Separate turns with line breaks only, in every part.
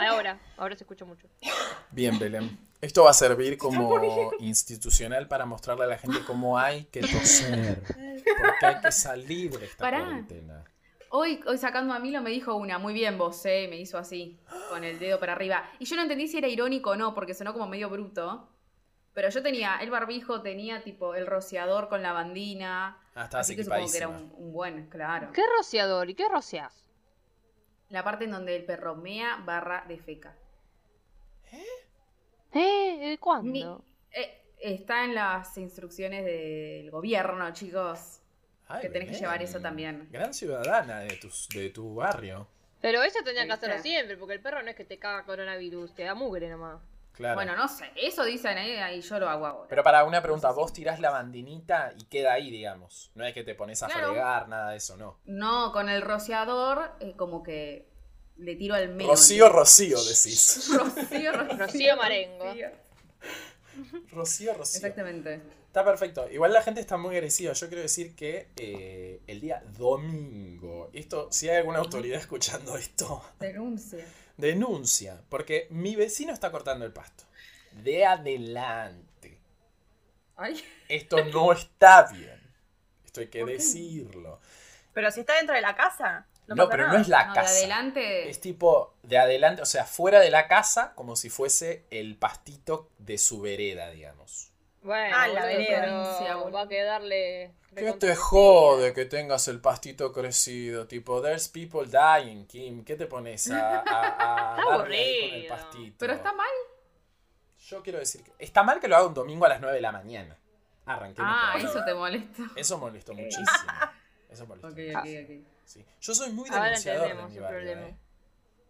Ahora, ahora se escucha mucho.
Bien, Belén. Esto va a servir como institucional para mostrarle a la gente cómo hay que toser. Porque hay que salir de esta
Pará.
cuarentena.
Hoy, hoy sacando a Milo me dijo una, muy bien vos, eh, me hizo así, con el dedo para arriba. Y yo no entendí si era irónico o no, porque sonó como medio bruto. Pero yo tenía el barbijo, tenía tipo el rociador con la bandina.
Ah, estabas
Así que supongo que era
equipadísima.
un, un buen, claro.
¿Qué rociador y qué rocias?
La parte en donde el perro mea barra de feca.
¿Eh? ¿De ¿Cuándo?
Ni- eh, está en las instrucciones del gobierno, chicos.
Ay,
que tenés que
Belén.
llevar eso también.
Gran ciudadana de tu, de tu barrio.
Pero eso tenía que
¿Viste?
hacerlo siempre, porque el perro no es que te caga coronavirus, te da mugre nomás.
Claro.
Bueno, no sé, eso dicen eh, ahí y yo lo hago ahora.
Pero para una pregunta, vos tirás la bandinita y queda ahí, digamos. No es que te pones a
Claro.
fregar, nada de eso, no.
No, con el rociador, eh, como que le tiro al medio.
Rocío, Rocío, decís.
Rocío, Rocío.
Rocío Marengo.
Rocío.
Rocío, Rocío.
Exactamente.
Está perfecto. Igual la gente está muy agresiva. Yo quiero decir que eh, el día domingo, esto, si hay alguna autoridad escuchando esto,
Denuncia.
denuncia. Porque mi vecino está cortando el pasto. De adelante.
Ay,
Esto no está bien. Esto hay que
¿Por qué?
decirlo.
Pero si está dentro de la casa, no,
No,
pasa
pero
nada.
no es la
no, de
casa. Este
adelante.
Es tipo de adelante, o sea, fuera de la casa, como si fuese el pastito de su vereda, digamos.
Bueno,
Ah, la
boludo,
vereda.
Provincia,
pero
boludo.
va a quedarle...
¿Qué
recontra-
te jode que tengas el pastito crecido? Tipo, there's people dying, Kim. ¿Qué te pones a, a, a
Está
darle ahí con el
aburrido.
pastito?
Pero está
Este
mal.
Yo quiero decir que está mal que lo haga un domingo a las 9 de la mañana. Arranquemos.
Ah,
por ahí.
eso te molesta.
Eso molestó muchísimo. Eso molestó
Ok, ok,
muchísimo.
ok.
Sí. Yo soy muy
Ahora
denunciador de
entendemos
mi
el
barrio.
problema.
eh.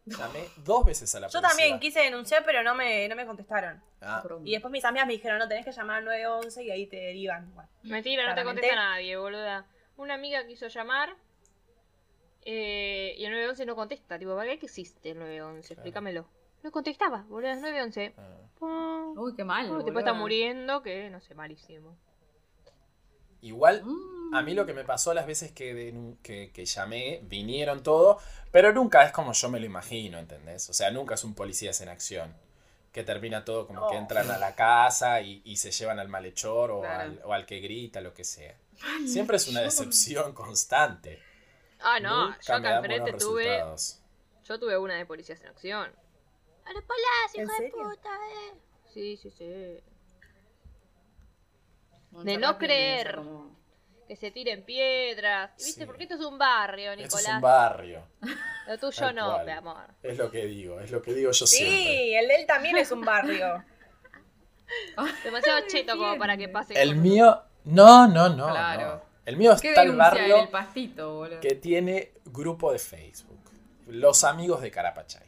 Llamé dos veces a la
Yo
policía.
también quise denunciar, pero no me, no me contestaron.
Ah,
Y después mis amigas me dijeron, no, tenés que llamar al 911 y ahí te derivan. Bueno,
Mentira, no te
Claramente.
contesta nadie, boluda. Una amiga quiso llamar eh, y el 911 no contesta. Tipo, ¿para qué existe el 911?
Claro.
Explícamelo. No contestaba, boluda, el 911.
ah.
Pum.
Uy, qué mal.
Tipo,
boludo.
está muriendo, que no sé, malísimo.
Igual
Mm.
A mí lo que me pasó las veces que, denu- que, que llamé, vinieron todo, pero nunca es como yo me lo imagino, ¿entendés? O sea, nunca es un policías en acción, que termina todo como que
No.
entran a la casa y, y se llevan al malhechor o,
Claro.
al, o al que grita, lo que sea. Siempre es una decepción constante.
Ah, no,
Nunca
yo
me
acá
dan buenos
enfrente tuve,
resultados.
yo tuve una de policías en acción. ¡A los palacios,
¿En
hija de
serio?
puta, eh! Sí, sí, sí.
Montserrat
de no
tiene esa
creer.
como-
Que se tiren piedras. ¿Viste?
Sí.
Porque esto es un barrio,
Esto es
Nicolás.
un barrio,
Lo tuyo
Tal
no,
cual.
mi amor.
es lo que digo, es lo que digo yo
Sí,
siempre.
el de él también es un barrio.
Demasiado cheto como para que pase.
El
cosas.
mío, no, no, no,
Claro.
no. El mío
¿Qué
está el
denuncia
barrio
el pastito, boludo?
que tiene grupo de Facebook. Los amigos de Carapachay.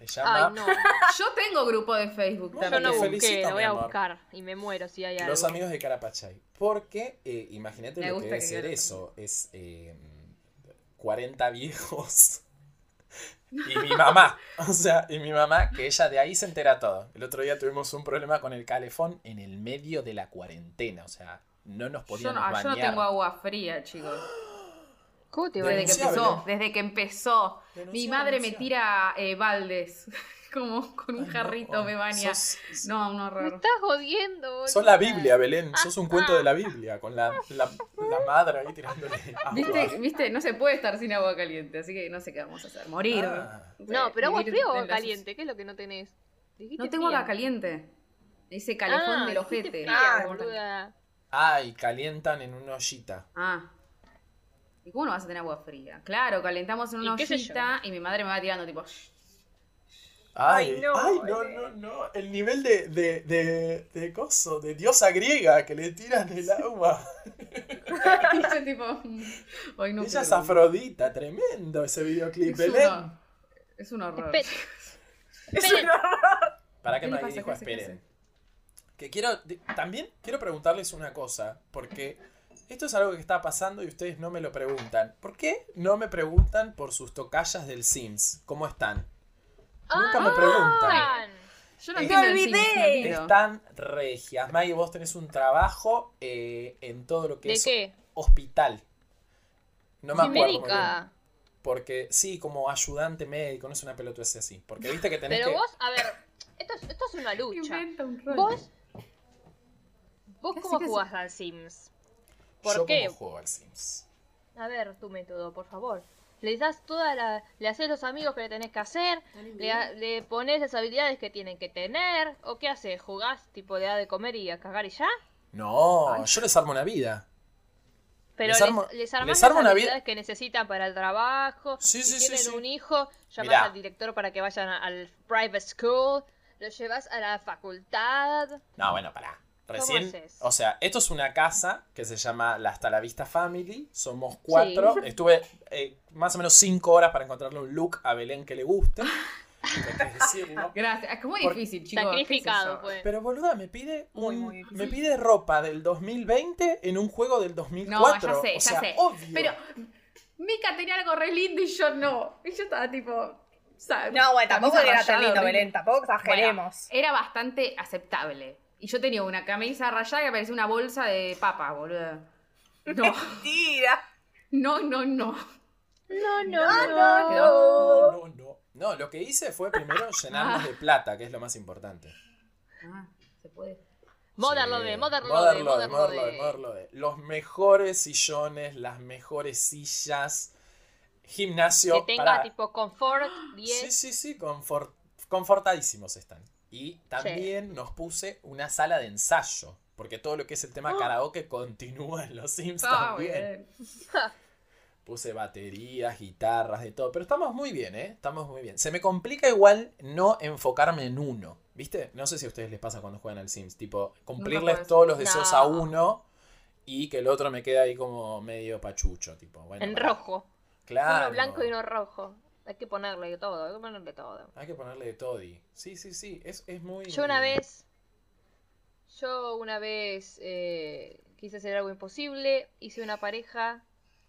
Se llama
Ay, no.
Yo tengo grupo de Facebook
Yo
Yo
también.
no
Te
busqué,
felicito,
lo voy
mi
a
amor.
buscar y me muero si hay algo.
Los amigos de Carapachay. Porque eh, imagínate
Me
lo que
gusta
debe
que
ser
digan
eso. Es eh, 40 viejos. Y mi mamá, o sea, y mi mamá, que ella de ahí se entera todo. El otro día tuvimos un problema con el calefón en el medio de la cuarentena, o sea, no nos
Yo
podíamos
no, ah, yo no
bañar.
tengo agua fría, chicos.
¿Cómo te va a
Desde que
Denuncia,
empezó,
Belén.
desde que empezó. Mi
Denuncia,
madre me
denuncia.
tira eh, baldes, como con un
Ay, no,
jarrito
oh,
me baña.
sos-
No, un
Me
horror.
estás jodiendo, boludo.
Sos la Biblia,
ah,
Belén. Sos un cuento de la Biblia, con la, la, la madre ahí tirándole agua. Ah.
¿Viste? ¿Viste? No se puede estar sin agua caliente, así que no sé qué vamos a hacer. Morir.
Ah,
No, pero agua
Vivir
fría o
en
agua
las-
caliente, ¿qué es lo que no tenés? Dijiste
No tengo
fría.
agua caliente. Ese calefón
Ah,
del
dijiste
ojete.
fría,
Ah,
boluda.
Ay, calientan en una ollita.
Ah. ¿Y cómo no vas a tener agua fría? Claro, calentamos en una
¿Y qué sé
ollita y mi madre me va tirando tipo... "Shh".
Ay,
Ay, no,
ay, no,
Belén.
no, no. El nivel de, de, de, de coso, de diosa griega que le tiran el agua.
Y yo tipo... "Mm, Hoy no
Ella es
quiero".
Afrodita, tremendo ese videoclip.
Es,
Belén.
una- es un horror.
Espe-
Es un horror.
Para
¿Qué
que
le
me
pasa?
dijo,
¿Qué hace? ¿Qué
esperen. Que quiero, de- también quiero preguntarles una cosa, porque esto es algo que está pasando y ustedes no me lo preguntan. ¿Por qué no me preguntan por sus tocallas del Sims? ¿Cómo están? Nunca
Ah,
me preguntan.
Ay,
Yo no
Me
entiendo el
olvidé.
Sims, me olvido.
Están regias. Maggie, vos tenés un trabajo eh, en todo lo que
¿De
es
qué?
hospital. No me
Sí,
acuerdo. muy bien.
médica.
Porque sí, como ayudante médico, no es una pelotudez así. Porque viste que tenés
Pero
que...
vos, a ver, esto es, esto es una lucha.
Inventa un rol.
Vos. ¿Vos
Casi,
cómo
casi.
jugás al Sims? ¿Por
Yo
qué?
como juego al Sims.
A ver tu método, por favor. Le das toda la. Le haces los amigos que le tenés que hacer. Le, ha- le pones las habilidades que tienen que tener. ¿O qué haces? ¿Jugás tipo le da de comer y a cagar y ya?
No,
Ay.
yo les armo una vida.
Pero
Les
les,
armo-
les armás
les armo
las
una
habilidades
vida-
que necesitan para el trabajo.
Sí,
si
sí, sí,
tienen
sí.
un hijo, llamás
Mirá.
al director para que vayan a- al private school. Lo llevas a la facultad.
No, bueno, pará. Recién,
haces?
o sea, esto es una casa que se llama la Hasta la Vista Family. Somos cuatro. Estuve eh, más o menos cinco horas para encontrarle un look a Belén que le guste. Hay que decirlo.
Gracias. Es que muy
Por-
difícil, chicos. ¿qué es
Sacrificado,
eso?
pues.
Pero boluda, me pide
Muy,
un-
muy difícil.
me pide ropa del 2020 en un juego del 2004.
No, ya sé,
o
ya
sea,
sé.
obvio.
Pero Mika tenía algo re lindo y yo no. Y yo estaba tipo. ¿sabes?
No, bueno, tampoco
Camisa
era tan
rayada,
lindo,
horrible.
Belén, tampoco exageremos.
Era bastante aceptable. Y yo tenía una camisa rayada que parecía una bolsa de papa, boludo. No,
Mentira.
no, no, no.
No,
No,
no.
no.
No, Ah,
oh.
no, no. No, lo que hice fue primero llenarnos de plata, que es lo más importante.
Ah, se puede.
Modern
Sí.
Love, Modern Love,
Modern
Modern
Love, Modern
Love.
Love, Modern Love. Los mejores sillones, las mejores sillas, gimnasio.
Que tenga
pará.
tipo confort 10.
Sí, sí, sí, confort- confortadísimos están. Y también nos puse una sala de ensayo, porque todo lo que es el
¡Ah!
tema karaoke continúa en los Sims
Ah,
también.
bien.
Puse baterías, guitarras, de todo. Pero estamos muy bien, ¿eh? Estamos muy bien. Se me complica igual no enfocarme en uno, ¿viste? No sé si a ustedes les pasa cuando juegan al Sims, tipo, cumplirles
podés.
todos los deseos
No.
a uno y que el otro me queda ahí como medio pachucho, tipo. Bueno,
en
pará.
rojo.
Claro.
Uno blanco y uno rojo. Hay que ponerle de todo, hay que ponerle todo.
Hay que ponerle de toddy. Sí, sí, sí. Es, es muy.
Yo una vez. Yo una vez eh, quise hacer algo imposible, hice una pareja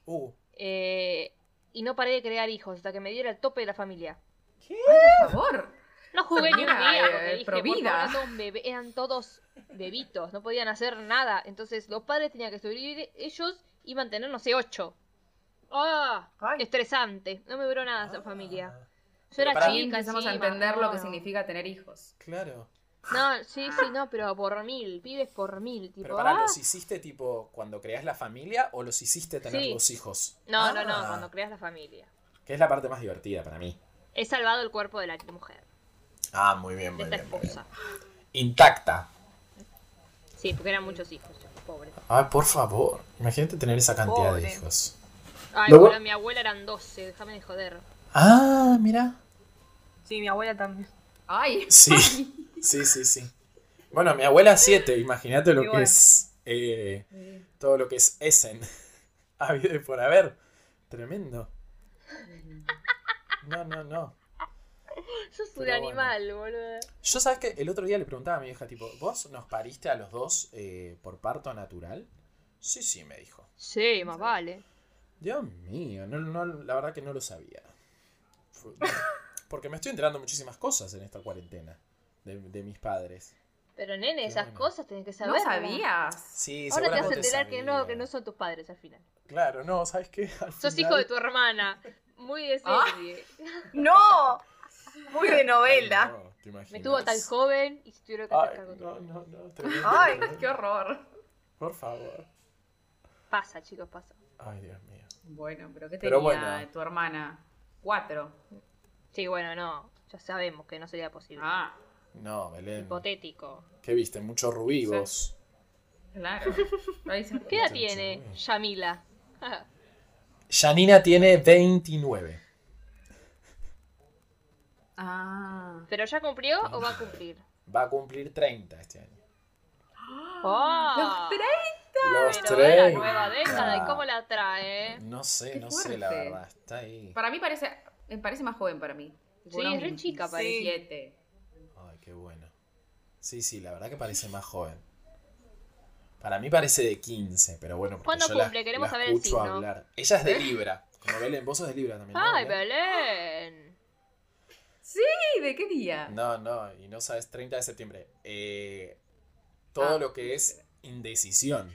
Uh,
eh, y no paré de crear hijos hasta que me diera el tope de la familia.
Por favor.
No jugué ni un
Señora,
día
eh,
porque dije,
provida.
por favor, hazme un bebé. Eran todos bebitos, no podían hacer nada. Entonces los padres tenían que sobrevivir ellos y mantener, no sé, ocho. ¡Ah!
Ay.
Estresante. No me duró nada esa familia.
Ah,
Yo
Pero
era
para-
chica.
Ahí empezamos a
encima,
entender lo que
no.
significa tener hijos.
Claro.
No, sí, sí, no, pero por mil. Pibes por mil. Tipo,
Pero para,
¡ah!
¿los hiciste tipo cuando creas la familia o los hiciste tener
Sí.
los hijos?
No, no, no,
Ah,
cuando creas la familia.
Que es la parte más divertida para mí.
He salvado el cuerpo de la mujer,
Ah, muy bien,
de
muy
esta
bien. muy bien.
esposa.
Intacta.
Sí, porque eran muchos hijos, yo, pobre.
Ah, por favor. Imagínate tener esa cantidad
Pobre.
de hijos.
Ay,
Lo bu-
boludo, mi abuela eran 12, déjame de joder.
Ah, mira.
Sí, mi abuela también.
Ay.
Sí. Sí, sí, sí. Bueno, mi abuela 7, imagínate lo
Y
que
bueno.
es eh, todo lo que es Essen. Habido y por haber. Tremendo. No, no, no.
Sos un
Pero bueno.
animal, boludo.
Yo sabes que el otro día le preguntaba a mi hija, tipo, ¿vos nos pariste a los dos eh, por parto natural? Sí, sí, me dijo.
Sí, más vale.
Dios mío, no, no, la verdad que no lo sabía. Fue- Porque me estoy enterando muchísimas cosas en esta cuarentena de, de mis padres.
Pero nene,
Qué
esas
bueno.
cosas tenés que saber.
No sabías.
Sí,
Ahora te vas a
seguramente
enterar que no,
sabía.
que no son tus padres al final.
Claro, no, ¿sabes qué? Al
Sos
final-
hijo de tu hermana. Muy de
Ah.
serie.
¡No! Muy de
Ay,
novela.
no, ¿te
Me
imaginas?
tuvo tan joven y se tuvieron que
Ay,
hacer cargo.
no, no, no. tremendo,
Ay,
tremendo.
Qué horror.
Por favor.
Pasa, chicos, pasa.
Ay, Dios mío.
Bueno, pero ¿qué tenía
Pero bueno.
tu hermana? Cuatro.
Sí, bueno, no. Ya sabemos que no sería posible.
Ah,
No, Belén.
Hipotético.
¿Qué viste? Mucho rubí
Sí.
vos.
claro. Ahí se-
¿Qué edad
Muchacho,
tiene
eh.
Yamila?
Janina tiene 29.
Ah.
¿Pero ya cumplió o va a cumplir?
Va a cumplir 30 este año.
¡Oh!
Los tres.
Los
Pero de la
30.
nueva década,
Ah.
¿y cómo la trae?
No sé,
Qué
no sé la
fuerte.
verdad. Está ahí.
Para mí parece. Me parece más joven para mí.
Sí, es re chica,
parece.
Siete.
Ay, qué bueno. Sí, sí, la verdad que parece más joven. Para mí parece de 15, pero bueno, porque
¿Cuándo
yo la-
cumple? Queremos
la
saber el
escucho
signo.
hablar. Ella es de Libra. Como Belén, vos sos de Libra también. ¿no,
¡Ay,
Belén?
Belén!
Sí, ¿de qué día?
No, no, y no sabes, 30 de septiembre. Eh, todo
Ah.
lo que es indecisión.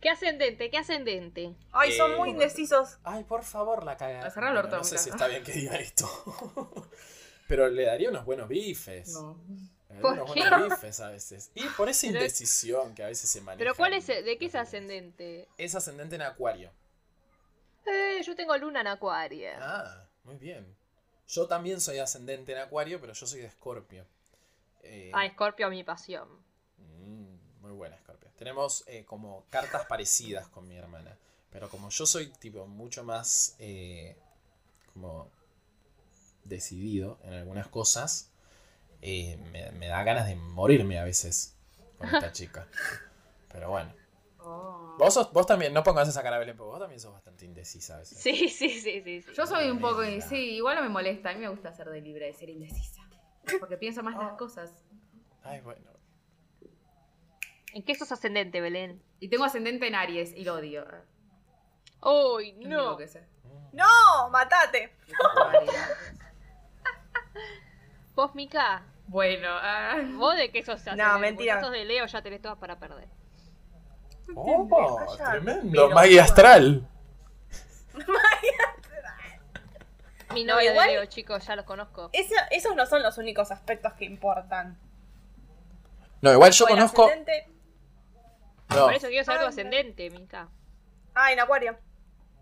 ¿Qué ascendente? ¿Qué ascendente?
Ay, son
Eh,
muy indecisos.
Ay, por favor, la cagada.
A cerrar el orto,
no sé
mira.
si está bien que diga esto. Pero le daría unos buenos bifes.
No.
Le daría
¿Por
unos
qué?
buenos bifes a veces. Y por esa
Pero-
indecisión que a veces se maneja.
¿Pero cuál es? el- ¿De qué es ascendente?
Es ascendente en acuario.
Eh, yo tengo luna en acuario.
Ah, muy bien. Yo también soy ascendente en acuario, pero yo soy de escorpio. Eh,
Ah, Escorpio, mi pasión.
Mm, muy buena, Scorpio. Tenemos eh, como cartas parecidas con mi hermana. Pero como yo soy tipo mucho más eh, como decidido en algunas cosas, eh, me, me da ganas de morirme a veces con esta chica. Pero bueno.
Oh.
Vos, sos- vos también, no pongas esa cara Belén, porque vos también sos bastante indecisa a veces.
Sí, sí, sí, sí. sí.
Yo soy un poco.
Tremenda.
Sí, igual no me molesta. A mí me gusta ser de libre, de ser indecisa. Porque pienso más
Oh.
las cosas.
Ay, bueno.
¿En qué sos ascendente, Belén?
Y tengo ascendente en Aries y lo odio. Ah,
¡Uy,
Es lo único
no!
que sé.
Mm.
¡No! ¡Matate!
Vos, Mica,
Bueno, ah,
vos de qué sos ascendente. Porque
mentira.
vos sos de Leo, ya tenés todas para perder.
Oh,
Callate,
tremendo.
pero-
Magia astral.
Mi
No,
novia
igual- Eh,
de Leo, chicos, ya los conozco.
Esa- esos no son los únicos aspectos que importan.
No, igual yo
O el
conozco.
ascendente-
No.
Por eso quiero saber tu
Ah,
ascendente, Mica.
Ah, en Acuario.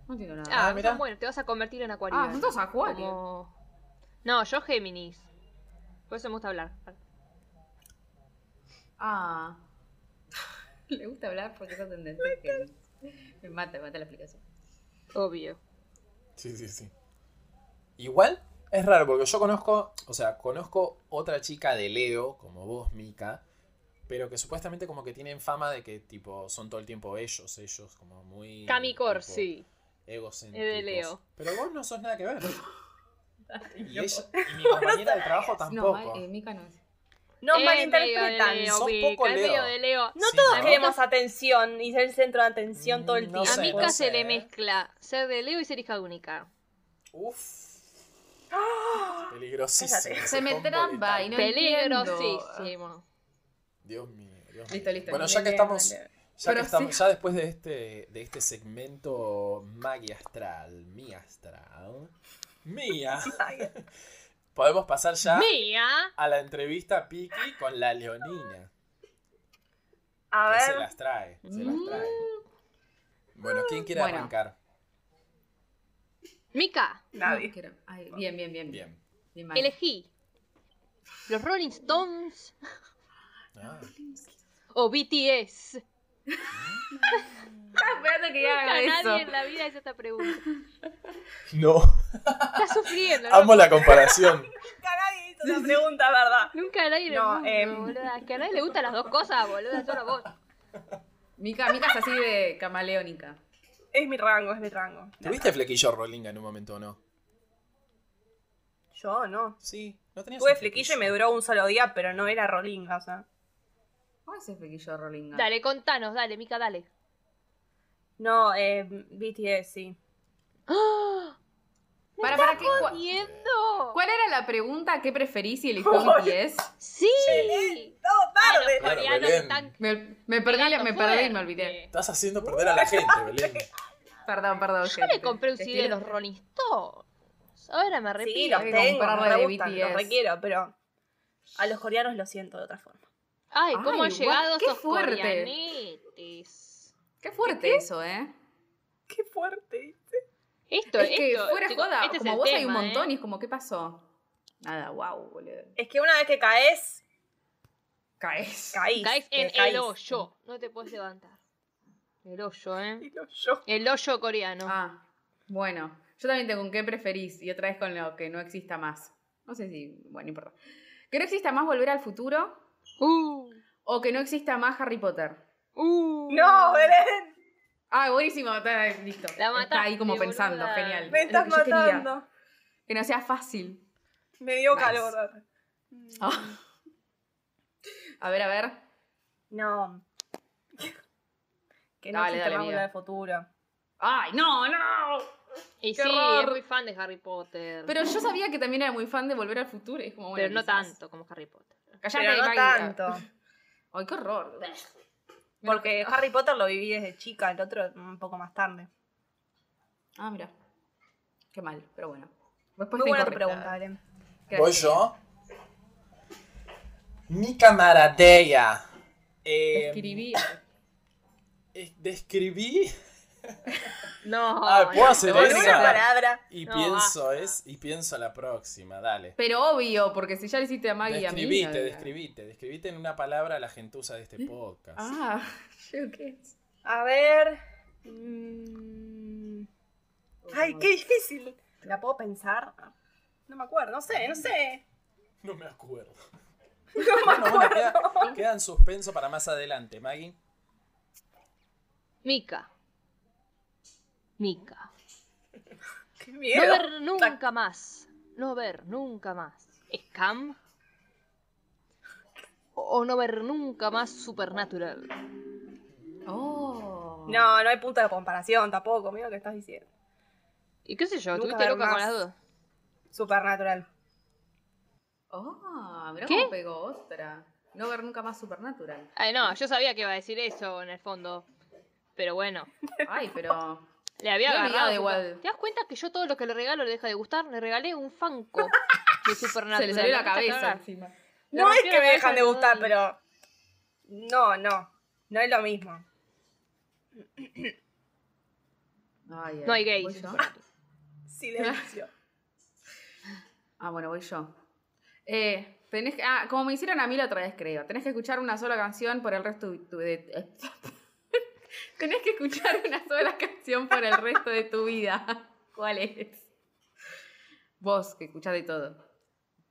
no entiendo nada.
Ah,
Ah, mirá.
bueno, te vas a convertir en acuario.
Ah, son todos acuarios.
Como- No, yo Géminis. Por eso me gusta hablar.
Ah. Le gusta hablar porque es ascendente. que- Me mata, me mata la aplicación.
Obvio.
Sí, sí, sí. Igual es raro porque yo conozco, o sea, conozco otra chica de Leo, como vos, Mika, pero que supuestamente como que tienen fama de que tipo son todo el tiempo ellos, ellos como muy
Cami
tipo,
Corsi.
egocéntricos.
Es de Leo.
Pero vos no sos nada que ver. Y, ella, y mi compañera de trabajo
No,
tampoco.
eh, Mika no es.
No
Es
malinterpretan.
Eh, medio de Leo,
Sos
Mica,
poco
es
Leo.
medio de Leo.
No
Sí,
todos
¿no?
queremos atención y ser el centro de atención todo el
No
tiempo.
a
sé,
Mica
no
se
sé,
le
¿eh?
mezcla ser de Leo y ser hija única.
Uf.
¡Ah!
Peligrosísimo.
Cállate.
ese
Se me
combo
trampa
letal.
y no entiendo.
Peligrosísimo.
Dios mío, Dios
Listo,
mío.
listo.
Bueno, ya que estamos Ya,
Pero
que estamos-
sí.
ya después de este, de este segmento magia astral, mía astral, mía, podemos pasar ya
Mía.
a la entrevista Piki con la Leonina.
A
Que se
ver,
las trae, se las trae. Bueno, ¿quién quiere
Mm. Bueno.
arrancar?
Mica,
No
nadie.
quiero- ay, bien, bien, bien.
Bien.
Bien, mal.
elegí. Los Rolling Stones
Ah,
o BTS.
Estaba esperando que haga
Nunca nadie
eso.
en la vida hizo esta pregunta.
No,
Está sufriendo. ¿no?
amo la comparación.
Nunca nadie hizo esa pregunta, ¿verdad?
Nunca a nadie le
No,
gusta,
em.
boluda. Que a nadie le gustan las dos cosas, boluda. Solo vos.
Mika, Mika es así de camaleónica.
Es mi rango, es mi rango.
¿Tuviste flequillo Rolinga en un momento o no?
Yo no.
Sí, no tenías
Tuve
un
flequillo y me duró un solo día, pero no era rolinga, o sea.
¿Cómo es el flequillo de Rolinga?
Dale, contanos, dale, Mica, dale.
No, eh, BTS, sí.
Para, para, ¿qué, cua-
¡Viendo!
¿Cuál era la pregunta? ¿Qué preferís si eligió BTS?
¡Sí!
¡Todo
Ah, los
Claro,
coreanos
Belén.
están
Me, me perdí, me perdí y me
Eh.
olvidé.
Estás haciendo perder a la gente, Belén.
Perdón, perdón.
Yo le
gente.
compré un
Te
CD de
estoy-
los Rolling Stones. Ahora me arrepiento.
Sí, los
Hay que
tengo,
comprarle
me re
de
gustan,
BTS.
los requiero, pero a los coreanos lo siento de otra forma.
Ay, cómo han
Ay,
llegado
guau, qué
esos
fuerte.
coreanetes.
Qué fuerte eso, ¿eh?
¡Qué fuerte!
Esto,
es que
esto,
fuera
chicos,
joda,
este es
como
el
vos hay un
tema,
montón
¿eh?
y es como, ¿qué pasó? Nada, wow, boludo.
Es que una vez que caes,
Caes.
caís.
Caes
que
en el hoyo. No te puedes levantar. El hoyo, ¿eh?
El hoyo.
El hoyo coreano.
Ah, bueno. Yo también tengo un qué preferís y otra vez con lo que no exista más. No sé si, bueno, no importa. Que no exista más volver al futuro
Uh,
o que no exista más Harry Potter.
uh.
¡No, Belén!
Ah, buenísimo, está listo.
La mataste,
está ahí como
boluda.
pensando, genial.
¡Me
Es lo
estás
que yo quería.
matando!
Que no sea fácil.
Me dio
Nice.
calor.
Ah. A ver, a ver.
No. Que no
Dale, dale,
existe más
amiga.
volver al futuro.
¡Ay, no, no!
Y
Qué
sí,
horror.
es muy fan de Harry Potter. Pero,
Pero yo sabía que también era muy fan de Volver al Futuro. y es como, bueno,
no
quizás.
tanto como Harry Potter.
Callate,
Pero no
Maggie.
tanto.
Ay, qué horror.
Porque Harry Potter lo viví desde chica, el otro un poco más tarde.
Ah, mira. Qué mal, pero bueno.
Muy
Respuesta
buena tu
incorrecta.
pregunta, Belén.
Gracias.
Voy yo. Mi camaradería. Eh,
Escribí.
eh, Describí
No.
Ah, ¿puedo
no,
hacer
no,
esa?
Con una
no, no.
palabra.
y
No,
pienso
basta.
es y pienso la próxima, dale.
Pero obvio, porque si ya le hiciste a Maggie y a mí. no-
Describite, describite, describite en una palabra a la gentuza de este podcast.
Ah, yo qué.
A ver. mm. Ay, qué difícil. ¿La puedo pensar? No me acuerdo, no sé, no sé.
No me acuerdo. bueno, bueno, queda, queda en suspenso para más adelante, Maggie.
Mica. Mica.
Qué
No
miedo.
ver nunca más. No ver nunca más. Scam. O no ver nunca más Supernatural.
Oh.
No, no hay punto de comparación tampoco, mira lo que estás diciendo.
Y qué sé yo,
Nunca
estuviste
ver
loca con
más.
las dos.
Supernatural.
Oh, mirá
¿Qué?
cómo pegó otra. No ver nunca más Supernatural.
Ay, no, yo sabía que iba a decir eso en el fondo. Pero bueno,
Ay, pero.
le había
No he
agarrado.
ligado igual.
¿Te das cuenta que yo todo lo que le regalo le deja de gustar? Le regalé un Funko de Supernatural.
Se le salió la
puta que
cabeza
haga.
encima.
Le
No es
rompió
que
la
me dejan
cabeza
de
todo
gustar,
el-
pero. No, no. No es lo mismo.
Ay, ay.
No hay
¿Voy
gays.
yo?
Silencio.
Ah, bueno, voy yo. Eh, tenés que- ah, como me hicieron a mí la otra vez, creo. Tenés que escuchar una sola canción por el resto de tu- de- eh, tenés que escuchar una sola canción por el resto de tu vida. ¿Cuál es? Vos, que escuchás de todo.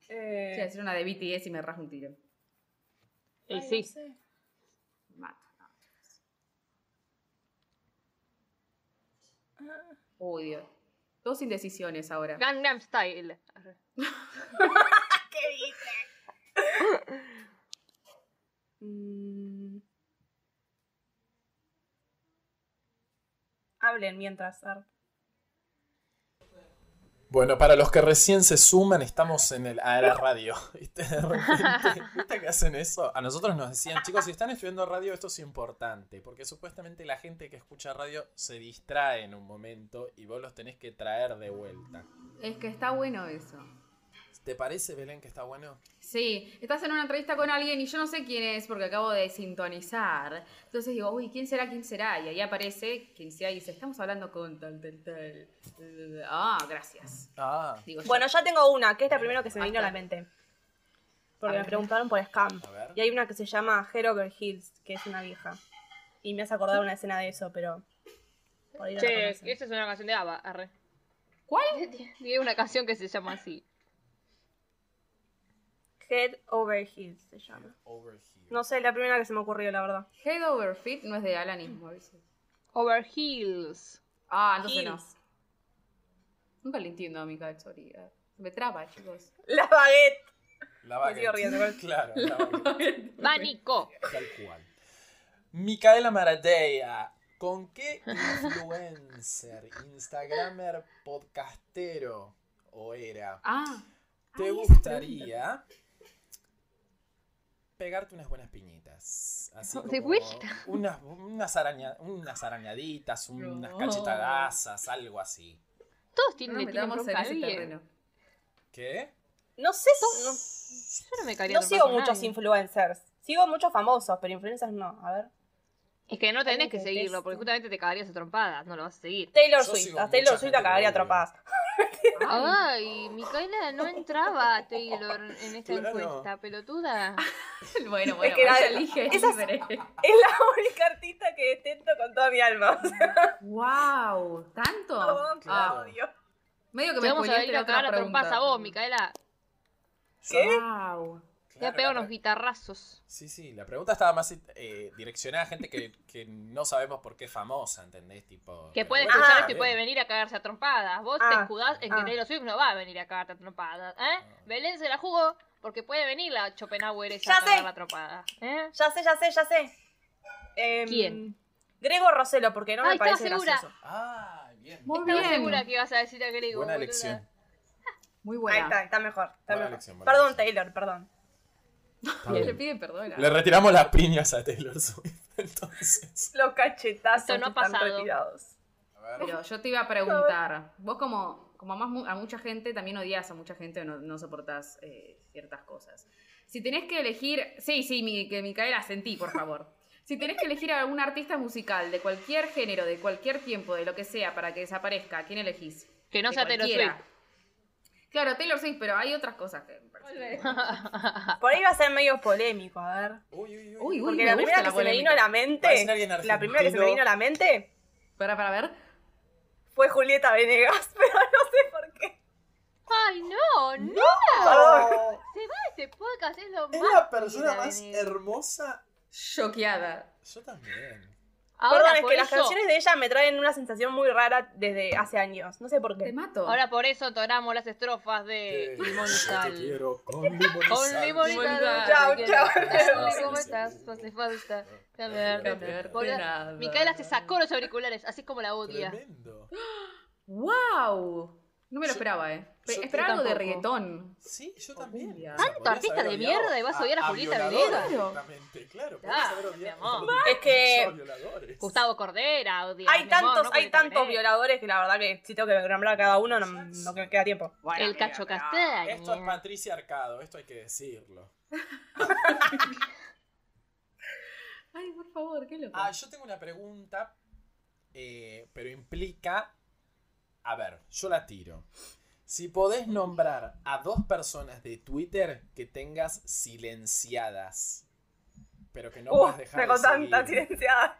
Eh,
Voy a decir una de BTS y me rajo un tiro.
Y
ay,
sí.
no sé.
Me Mato. no. Uy, Dios. Dos indecisiones ahora.
Gangnam Style.
¿Qué dices? Mm. Hablen mientras. Ar.
Bueno, para los que recién se suman, estamos en el a la radio. ¿Viste? De repente, ¿viste que hacen eso? A nosotros nos decían, chicos, si están estudiando radio, esto es importante, porque supuestamente la gente que escucha radio se distrae en un momento y vos los tenés que traer de vuelta.
Es que está bueno eso.
¿Te parece, Belén, que está bueno?
Sí, estás en una entrevista con alguien y yo no sé quién es porque acabo de sintonizar. Entonces digo, uy, ¿quién será? ¿Quién será? Y ahí aparece quien sea y dice, estamos hablando con tal, tal, tal. Eh, Ah, gracias.
Ah,
Digo yo.
Bueno, ya tengo una, que es la primera que se me vino a la mente. Porque
A
me
ver.
preguntaron por Scam.
a ver.
Y hay una que se llama Hero Girl Hills, que es una vieja. Y me hace acordar una escena de eso, pero. Por ahí no la
Che,
conocen.
esa es una canción de ABBA, arre.
¿Cuál?
Tiene una canción que se llama así.
Head Over Heels se llama.
Over here.
No sé, la primera que se me ocurrió, la verdad.
Head over feet no es de Alanis Morissette.
Over Hills.
Ah, entonces no.
Heels.
Nunca le entiendo a mi cachoría. Me traba, chicos.
La baguette.
La
Me sigo
baguette.
riendo.
Claro, la baguette,
Manico.
tal cual. Micaela Maratea, ¿con qué influencer, instagramer, podcastero o era
Ah.
te
Ay, esa
gustaría pegarte unas buenas piñitas? Así
De
como
vuelta.
unas, unas, araña- unas arañaditas, unas
No.
cachetadasas, algo así.
Todos
No
tienen,
nos
le tienen
metamos en
bronca a
ese
alguien.
terreno.
¿Qué?
No sé si- no-
Yo no me caería
No
trompada
sigo
con
muchos
nadie.
influencers. Sigo muchos famosos, pero influencers no. A ver.
Es que no tenés que
Alguien que
seguirlo,
detesto.
porque justamente te cagarías a trompadas, no lo vas a seguir.
Taylor
Yo
Swift.
sigo
A Taylor
mucha
Swift
gente
la cagaría
que odio.
atrapadas.
Ay, Micaela, no entraba Taylor en esta
Claro.
encuesta, pelotuda.
Bueno, bueno,
que la-
ella elige. es
esas-
diferente.
Es la única artista que detesto con toda mi alma. O sea,
Wow, ¿tanto?
no,
Ah,
Claro.
odio.
medio que
Te
me
vamos a
spoileaste
ir
la
a
otra
cagar a
pregunta.
trompadas a vos, Micaela.
¿Qué?
Wow.
Te voy a pegar unos guitarrazos.
Sí, sí, la pregunta estaba más eh, direccionada a gente que, que no sabemos por qué es famosa, ¿entendés? Tipo,
Que
pero
puede
bueno, eh,
escuchar
está
esto y
bien.
puede venir a cagarse a trompadas. Vos te
Ah,
escudás en que
ah.
Taylor Swift no va a venir a cagarte a trompadas, ¿eh?
Ah.
Belén se la jugó porque puede venir la Schopenhauer esa
Ya
a cagar
sé.
la trompada, ¿eh?
Ya sé, ya sé, ya sé. Em,
¿Quién?
Grego Roselo, porque no
Ahí
me
está,
parece
segura.
gracioso.
Ah, bien.
Muy
Estaba
bien.
segura que ibas a decir a Grego.
Buena
boluda.
elección.
Muy
Ahí
buena.
está, está mejor. está
Buena
mejor.
elección, buena
perdón,
elección.
Taylor, perdón.
Y le piden perdón.
Le retiramos las piñas a Taylor Swift. Entonces.
Los cachetazos
Esto no ha
están
pasado.
retirados.
A ver.
Pero yo te iba a preguntar, vos como, como amás mu- a mucha gente, también odias a mucha gente o no, no soportás eh, ciertas cosas. Si tenés que elegir, sí, sí, mi, que Micaela sentí, por favor. Si tenés que elegir a algún artista musical de cualquier género, de cualquier tiempo, de lo que sea, para que desaparezca, ¿a quién elegís?
Que no
De
sea Taylor
cualquiera.
Swift.
Claro, Taylor Swift, pero hay otras cosas que me parecen-
Por ahí va a ser medio polémico, a ver.
Uy, uy, uy.
Uy, uy,
Porque
me gusta
la primera
la
que se me
polémica.
vino a la
Va a decir alguien
mente. La
argentino.
primera que se me vino a la mente
Para, para ver.
fue Julieta Venegas, pero no sé por qué.
¡Ay, no! ¡No!
Oh,
Se va este podcast, es lo
es
más.
la persona
Julieta
más
Venegas.
hermosa.
Choqueada.
Yo también.
Ahora
Perdón, es
por
que las
eso,
canciones de ella me traen una sensación muy rara desde hace años. No sé por
Te
qué.
mato.
ahora por eso entonamos las estrofas de Eh, Limón y Sal.
con limón y
Con limón y
Limón y
sal.
sal.
Chau,
Te
chau.
quiero.
Sí, sí,
¿Cómo
sí.
estás? No hace falta
Cambiar,
cambiarte.
cambiar.
Por- Micaela se sacó los auriculares, así como la odia.
Tremendo.
¡Wow! No me lo
Yo-
esperaba, ¿eh. Pe-
yo-
esperaba algo de
tampoco.
reggaetón.
Sí, yo también.
Julia.
O sea,
Tanto
podrías
artista
haber
de
odiado
mierda y vas a odiar a Julieta
violadores
Venegas.
directamente, Claro, podrías
Ah,
haber
mi
odiado
amor.
a
Es que-
muchos violadores.
Gustavo Cordera, odia.
Hay
mi amor,
tantos,
no
hay
puede
tantos
creer.
violadores que la verdad que si tengo que nombrar a cada uno no, no me queda tiempo.
El Cacho
Esto es
Castaña.
Patricia Arcado, esto hay que decirlo.
Ay, por favor, qué loco.
Ah, yo tengo una pregunta, eh, pero implica. A ver, yo la tiro. Si podés nombrar a dos personas de Twitter que tengas silenciadas, pero que no
Uh,
puedas dejar
me
de
con tanta
seguir.
silenciada.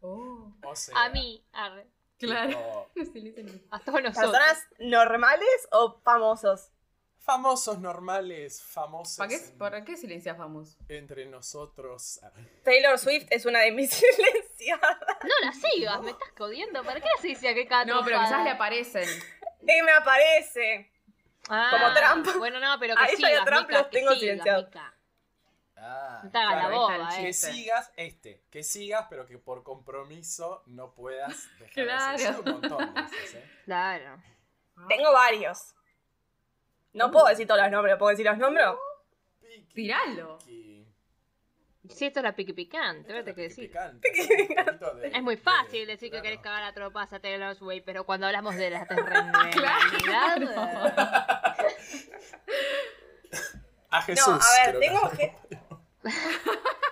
Oh.
O sea,
A mí, arre,
tipo,
Claro. No se le dicen-
a todos nosotros.
¿Personas normales o famosos?
Famosos normales, famosos
¿Para qué,
en-
¿Para qué silencias famosos?
entre nosotros. Ah,
Taylor Swift es una de mis silenciadas.
No la sigas, me estás jodiendo. ¿Para qué así decía que cada
No, pero
trozada?
quizás le aparecen.
Y me aparece.
Ah,
como Trump.
Bueno, no, pero
A
que
ella y a
sigas,
Trump
Mica,
los
que
tengo
sigas,
silenciados.
Mica.
Ah,
No te hagas la
claro.
Ahí está
boba,
el
eh.
Que
Ese.
sigas este, que sigas, pero que por compromiso no puedas dejar
Claro.
de hacer. Yo tengo un montón de esas, ¿eh?
Claro.
Tengo varios. No puedo decir todos los nombres, ¿puedo decir los nombres?
Piqui,
Tiralo.
piqui.
Sí, esto es la piqui picante,
Esto
ahora
es
te
lo
que
que
decir.
picante, un poquito de-
Es muy
de-
fácil decir que
claro.
querés cagar a tropas a Taylor Swift, pero cuando hablamos de la terrenalidad... eh,
A Ah, Jesús.
no, a ver,
creo
tengo
que-
que...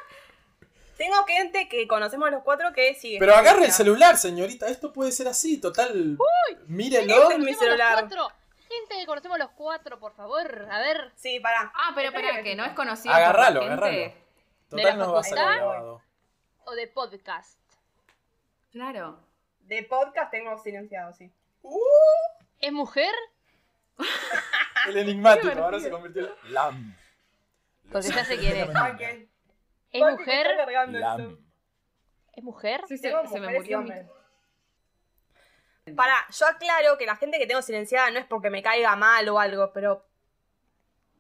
tengo gente que conocemos los cuatro que sigue.
Pero agarre el
silenciada.
celular, señorita. Esto puede ser así, total. Mírenlo.
en mi
conocemos los
celular.
cuatro. Gente que conocemos los cuatro, por favor. A ver,
Sí, pará.
Ah, pero espera, que no es conocido. por la
Agarralo,
gente.
agarralo.
de
Total
la
nos va a salir
facultad.
grabado.
o de podcast.
Claro.
De podcast tengo silenciado, sí.
¿Es mujer?
El enigmático ahora se convirtió en Lam.
Porque ya sé quién es.
Ah,
Ay, que-
¿Es
Porque me está
mujer?
cargando esto.
Lam.
¿Es mujer?
Sí, se,
Tengo
se me
mujeres y
murió mi...
hombres. Pará, yo aclaro que la gente que tengo silenciada no es porque me caiga mal o algo, pero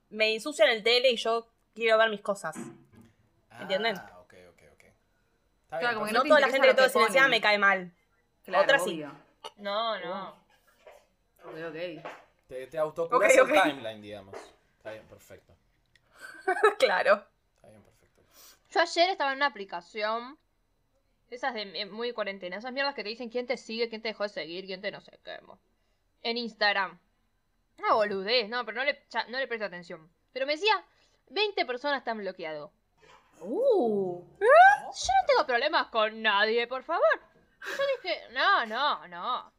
me ensucian el tele y yo quiero ver mis cosas. ¿Entienden?
Ah, ok, ok, ok. Está
Claro, como
bien,
que
No
te
toda la
interesa
gente
lo
que tengo
que ponen.
silenciada me cae mal.
Claro,
Otra sí.
obvio.
No, no.
Ok, ok.
Te, te autocuras
Ok, ok.
el timeline, digamos. Está bien, perfecto.
claro.
Está bien, perfecto.
Yo ayer estaba en una aplicación. Esas de eh, muy cuarentena. Esas mierdas que te dicen quién te sigue, quién te dejó de seguir, quién te no sé qué. mo. En Instagram. Una boludez, no, pero no le, ya, no le presto atención. Pero me decía, 20 personas están bloqueado.
Uh.
Yo no tengo problemas con nadie, por favor. Yo dije, no, no, no.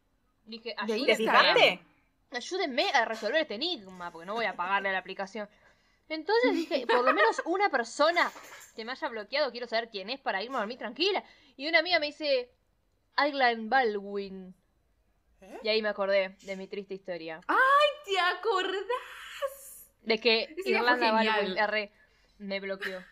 Dije,
¿De
¿Te
Instagram?
ayúdenme,
fijaste?
ayúdenme a resolver este enigma, porque no voy a pagarle a la aplicación. Entonces dije, por lo menos una persona que me haya bloqueado, quiero saber quién es para irme a dormir tranquila. Y una amiga me dice, Island Baldwin.
¿Eh?
Y ahí me acordé de mi triste historia.
¿Te acordás?
De que
Ah, Ese día fue
Irlanda
genial.
Baldwin arre, me bloqueó.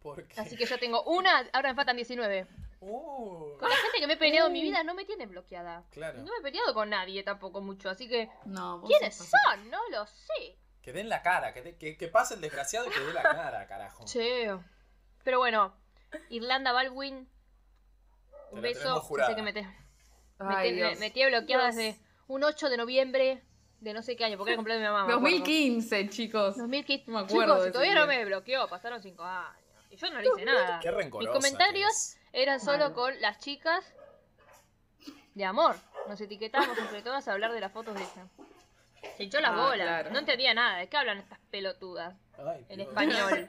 ¿Por qué?
Así que yo tengo una, ahora me faltan 19.
Uh,
Con la gente que me he peleado en mi vida no me tiene bloqueada.
claro.
No me he peleado con nadie tampoco mucho, así que.
No, vos
¿Quiénes
sos-
son? No lo sé.
Que den la cara, que, de- que, que pase el desgraciado y que dé la cara, carajo.
Che. Pero bueno, Irlanda Baldwin.
la
Un beso.
tenemos
yo
jurada.
Sé que me, te- me
Ay,
te-
Dios.
me tiene bloqueada
Dios.
desde un 8 de noviembre de no sé qué año, porque era el
Ah,
cumpleaños de mi mamá. me acuerdo.
2015, chicos.
2015.
Me acuerdo
Chicos,
de
todavía
ese
no
día.
me bloqueó, pasaron 5 años. Y que yo no le hice nada.
Qué rencorosa.
Mis comentarios
que es.
Eran solo
Mal.
con las chicas de amor. Nos etiquetamos entre todas a hablar de las fotos de ella. Se hinchó las
Ah,
bolas.
claro.
No entendía nada. ¿De qué hablan estas pelotudas?
Ay,
En
Dios.
español.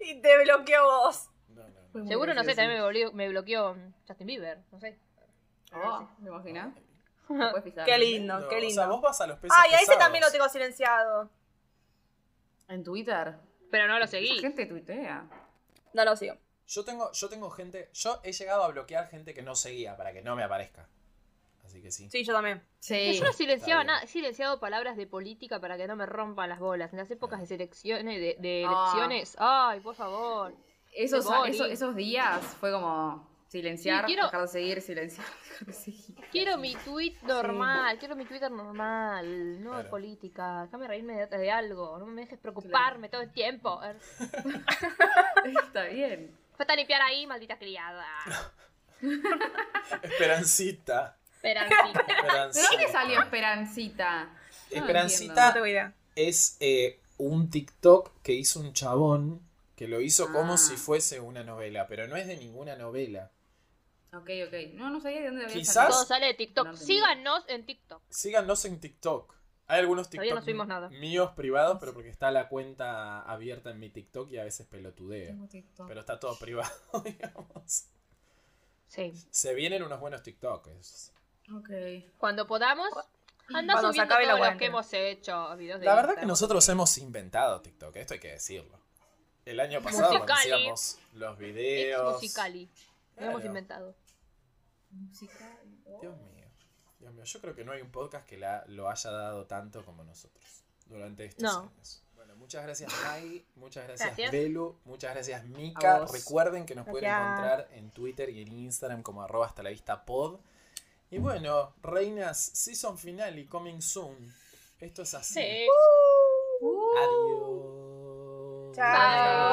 Y te bloqueó vos.
No, no, no.
Fue muy
Seguro, no sé,
gracioso.
también me, volvió- me bloqueó Justin Bieber. No sé.
Oh, ¿Me imaginas? Te puedes fijar.
Qué lindo, qué
O sea,
lindo.
vos vas a los pesos
Ay, a ese
pesados.
también lo tengo silenciado.
En Twitter.
Pero no lo
La
seguí.
gente tuitea.
No lo sigo.
Yo tengo, yo tengo gente. Yo he llegado a bloquear gente que no seguía para que no me aparezca. Así que sí.
Sí, yo también.
Sí.
Yo no silenciaba
Está bien.
nada, he silenciado palabras de política para que no me rompan las bolas. En las épocas de selecciones, de, de
Ah.
elecciones, ay, por favor.
Esos,
Qué boring.
esos, esos días fue como silenciar,
Sí, quiero-
dejar de seguir, silenciar, dejar de seguir.
Quiero mi tweet normal, quiero mi Twitter normal, no de
Claro.
política. Déjame reírme de, de algo, no me dejes preocuparme todo el tiempo. A ver,
Está bien.
Falta limpiar ahí, maldita criada.
Esperancita.
Esperancita.
¿De
Esperancita.
dónde salió Esperancita? Yo no
Esperancita
No tengo idea.
es eh, un TikTok que hizo un chabón que lo hizo como
Ah.
si fuese una novela, pero no es de ninguna novela.
Ok, ok. No, no sabía de dónde había
Quizás-
salido.
Todo sale de TikTok.
No entendí.
Síganos en TikTok.
Síganos en TikTok. Hay algunos
Todavía
TikTok
no subimos nada.
míos privados, pero porque está la cuenta abierta en mi TikTok y a veces pelotudeo.
Tengo TikTok.
Pero está todo privado, digamos.
Sí.
Se vienen unos buenos TikToks.
Ok.
Cuando podamos, anda
Cuando se
subiendo
acabe la
todo lo que
cuarentena.
hemos hecho. Videos de
La verdad que
Instagram.
nosotros hemos inventado TikTok, esto hay que decirlo. El año pasado cuando
Musicali.
hacíamos los
Ex
videos.
musicali. Lo hemos
Claro.
inventado.
Música.
Dios mío. Dios mío, yo creo que no hay un podcast que la, lo haya dado tanto como nosotros durante estos
No.
años. Bueno, muchas gracias Mai, muchas gracias,
Gracias.
Belu, muchas gracias Mika.
vos.
Recuerden que nos pueden
Gracias.
encontrar en Twitter y en Instagram como arroba hasta la vista pod. Y bueno, reinas, season final y coming soon. Esto es así.
Sí.
Uh.
Adiós.
Chao.